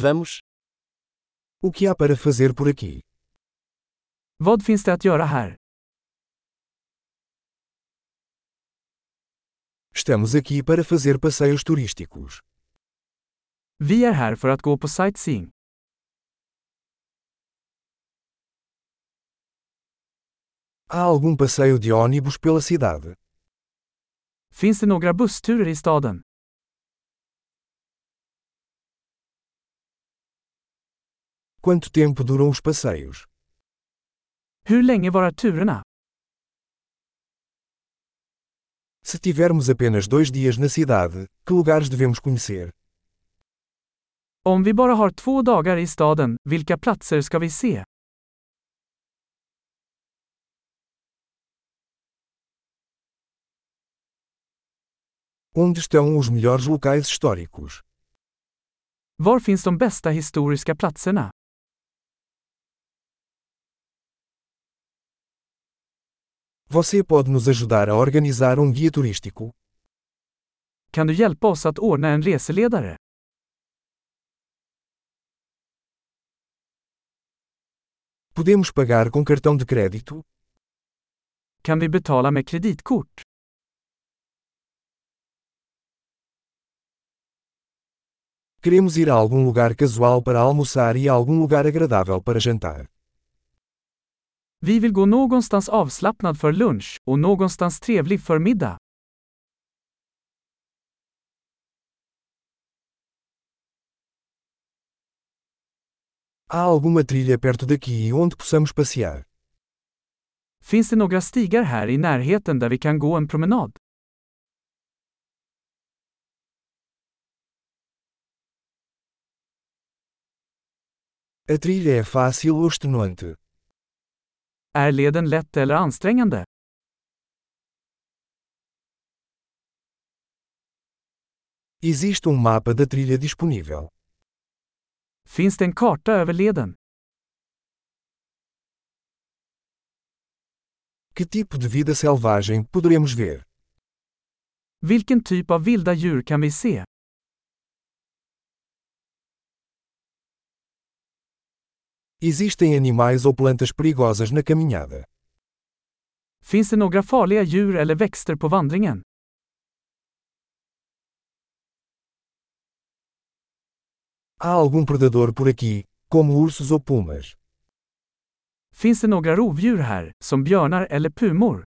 Vamos. O que há para fazer por aqui? Vad finns det att göra här? Estamos aqui para fazer passeios turísticos. Vi är här för att gå på sightseeing. Há algum passeio de ônibus pela cidade? Finns det några bussturer i staden? Quanto tempo duram os passeios? Hur länge varar turerna? Se tivermos apenas dois dias na cidade, que lugares devemos conhecer? Om vi bara har två dagar i staden, vilka platser ska vi se? Onde estão os melhores locais históricos? Var finns de bästa historiska platserna? Você pode nos ajudar a organizar um guia turístico? Kan du hjälpa oss att ordna en reseledare? Podemos pagar com cartão de crédito? Kan vi betala med kreditkort? Queremos ir a algum lugar casual para almoçar e a algum lugar agradável para jantar. Vi vill gå någonstans avslappnad för lunch och någonstans trevlig för middag. Há alguma trilha perto daqui onde possamos passear? Finns det några stigar här i närheten där vi kan gå en promenad? A trilha é fácil ou extenuante? Är leden lätt eller ansträngande? Existe um mapa da trilha disponível. Finns det en karta över leden? Que tipo de vida selvagem poderemos ver? Vilken typ av vilda djur kan vi se? Existem animais ou plantas perigosas na caminhada. Finns det några farliga djur eller växter på vandringen? Há algum predador por aqui, como ursos ou pumas? Finns det några rovdjur här, som björnar eller pumor?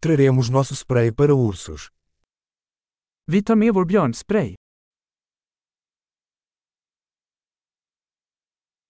Traremos nosso spray para ursos. Vi tar med vår björnspray.